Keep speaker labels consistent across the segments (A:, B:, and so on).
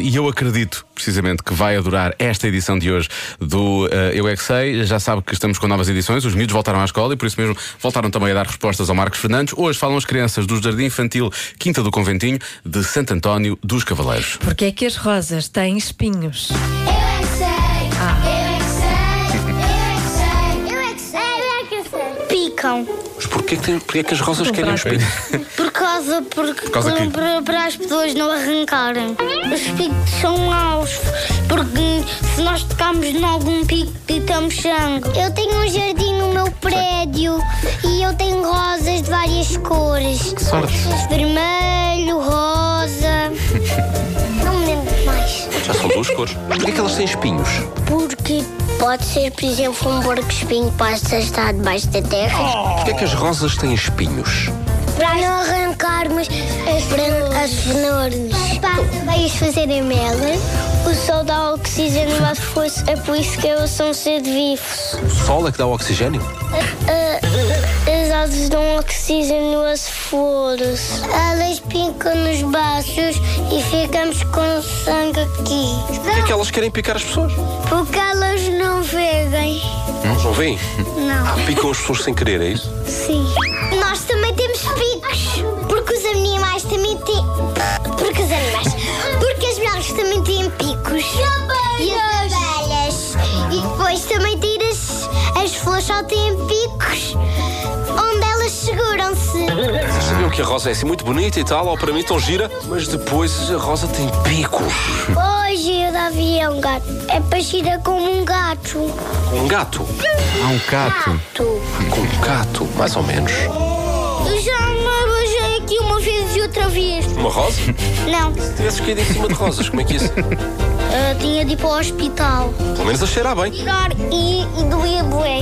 A: E eu acredito, precisamente, que vai adorar esta edição de hoje do eh, Eu É Que Sei. Já sabe que estamos com novas edições, os miúdos voltaram à escola e por isso mesmo voltaram também a dar respostas ao Marcos Fernandes. Hoje falam as crianças do Jardim Infantil Quinta do Conventinho de Santo António dos Cavaleiros.
B: Porque é que as rosas têm espinhos?
C: Eu é que sei, eu é que sei, eu é que sei, eu é que sei, eu é que sei. Picam.
D: Mas porquê que, tem- porquê que as rosas
B: Comprar.
D: querem os espinho?
C: Por causa, porque,
A: causa que-
C: para, para as pessoas não arrancarem. Os picos são maus, porque se nós tocarmos em algum pico, ditamos sangue. Eu tenho um jardim no meu prédio e eu tenho rosas de várias cores.
A: sorte.
C: Vermelho, rosa. não me lembro de mais.
D: Já são duas cores. Porquê que elas têm espinhos?
C: Porque pode ser, por exemplo, um porco espinho passa estar debaixo da terra.
D: Porquê que as rosas têm espinhos?
C: Para não arrancarmos as flores. Para os fazerem mel, o sol dá oxigênio às forças, é por isso que elas são ser vivos.
D: O sol é que dá o oxigênio?
C: As asas dão oxigênio às flores. Elas pincam nos baços e ficamos com sangue aqui.
D: Porquê que é elas querem picar as pessoas?
C: Porque elas não veem.
D: Elas não veem?
C: Não.
D: Picam as pessoas sem querer, é isso?
C: Sim. Nós também temos picos. Porque os animais também têm. Porque os animais. Porque as melhores também têm picos. E as abelhas. E depois também tem as, as flores só têm picos. Onde elas seguram-se.
D: Vocês sabiam que a rosa é assim muito bonita e tal, ou para mim tão gira, mas depois a rosa tem picos.
C: Hoje eu Davi é um gato. É parecida como um gato.
D: Com um gato.
A: Há um cato.
C: Gato.
D: Com um gato, mais ou menos.
C: Eu já me beijei aqui uma vez e outra vez.
D: Uma rosa?
C: Não.
D: Se tivesses caído em cima de rosas, como é que isso?
C: tinha de ir para o hospital.
D: Pelo menos a cheirar bem.
C: Tirar e, e doía bué.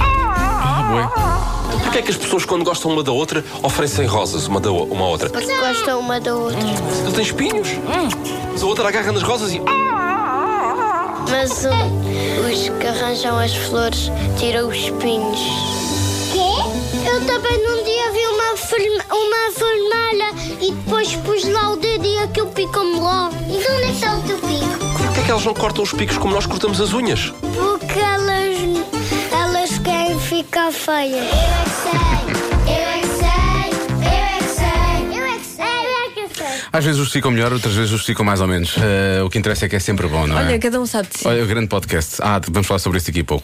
D: Porquê é que as pessoas, quando gostam uma da outra, oferecem rosas uma da o- uma à outra?
C: Porque gostam uma da outra.
D: Ele tem espinhos. Mas a outra agarra nas rosas e.
C: Mas um, os que arranjam as flores tiram os espinhos. Quê? Eu também num dia vi uma, verme- uma vermelha e depois pus lá o dedo e aquilo picou-me logo. E de onde é que está o teu pico?
D: Porquê é que elas não cortam os picos como nós cortamos as unhas?
C: Porque elas, elas querem ficar feias. é Eu é que sei, eu é que sei, eu é que sei, eu é que sei, eu é que sei.
A: Às vezes justificam melhor, outras vezes justificam mais ou menos. Eh, o que interessa é que é sempre bom, não é?
B: Olha, cada um sabe de si.
A: Olha, o grande podcast. Ah, vamos falar sobre isso daqui a pouco.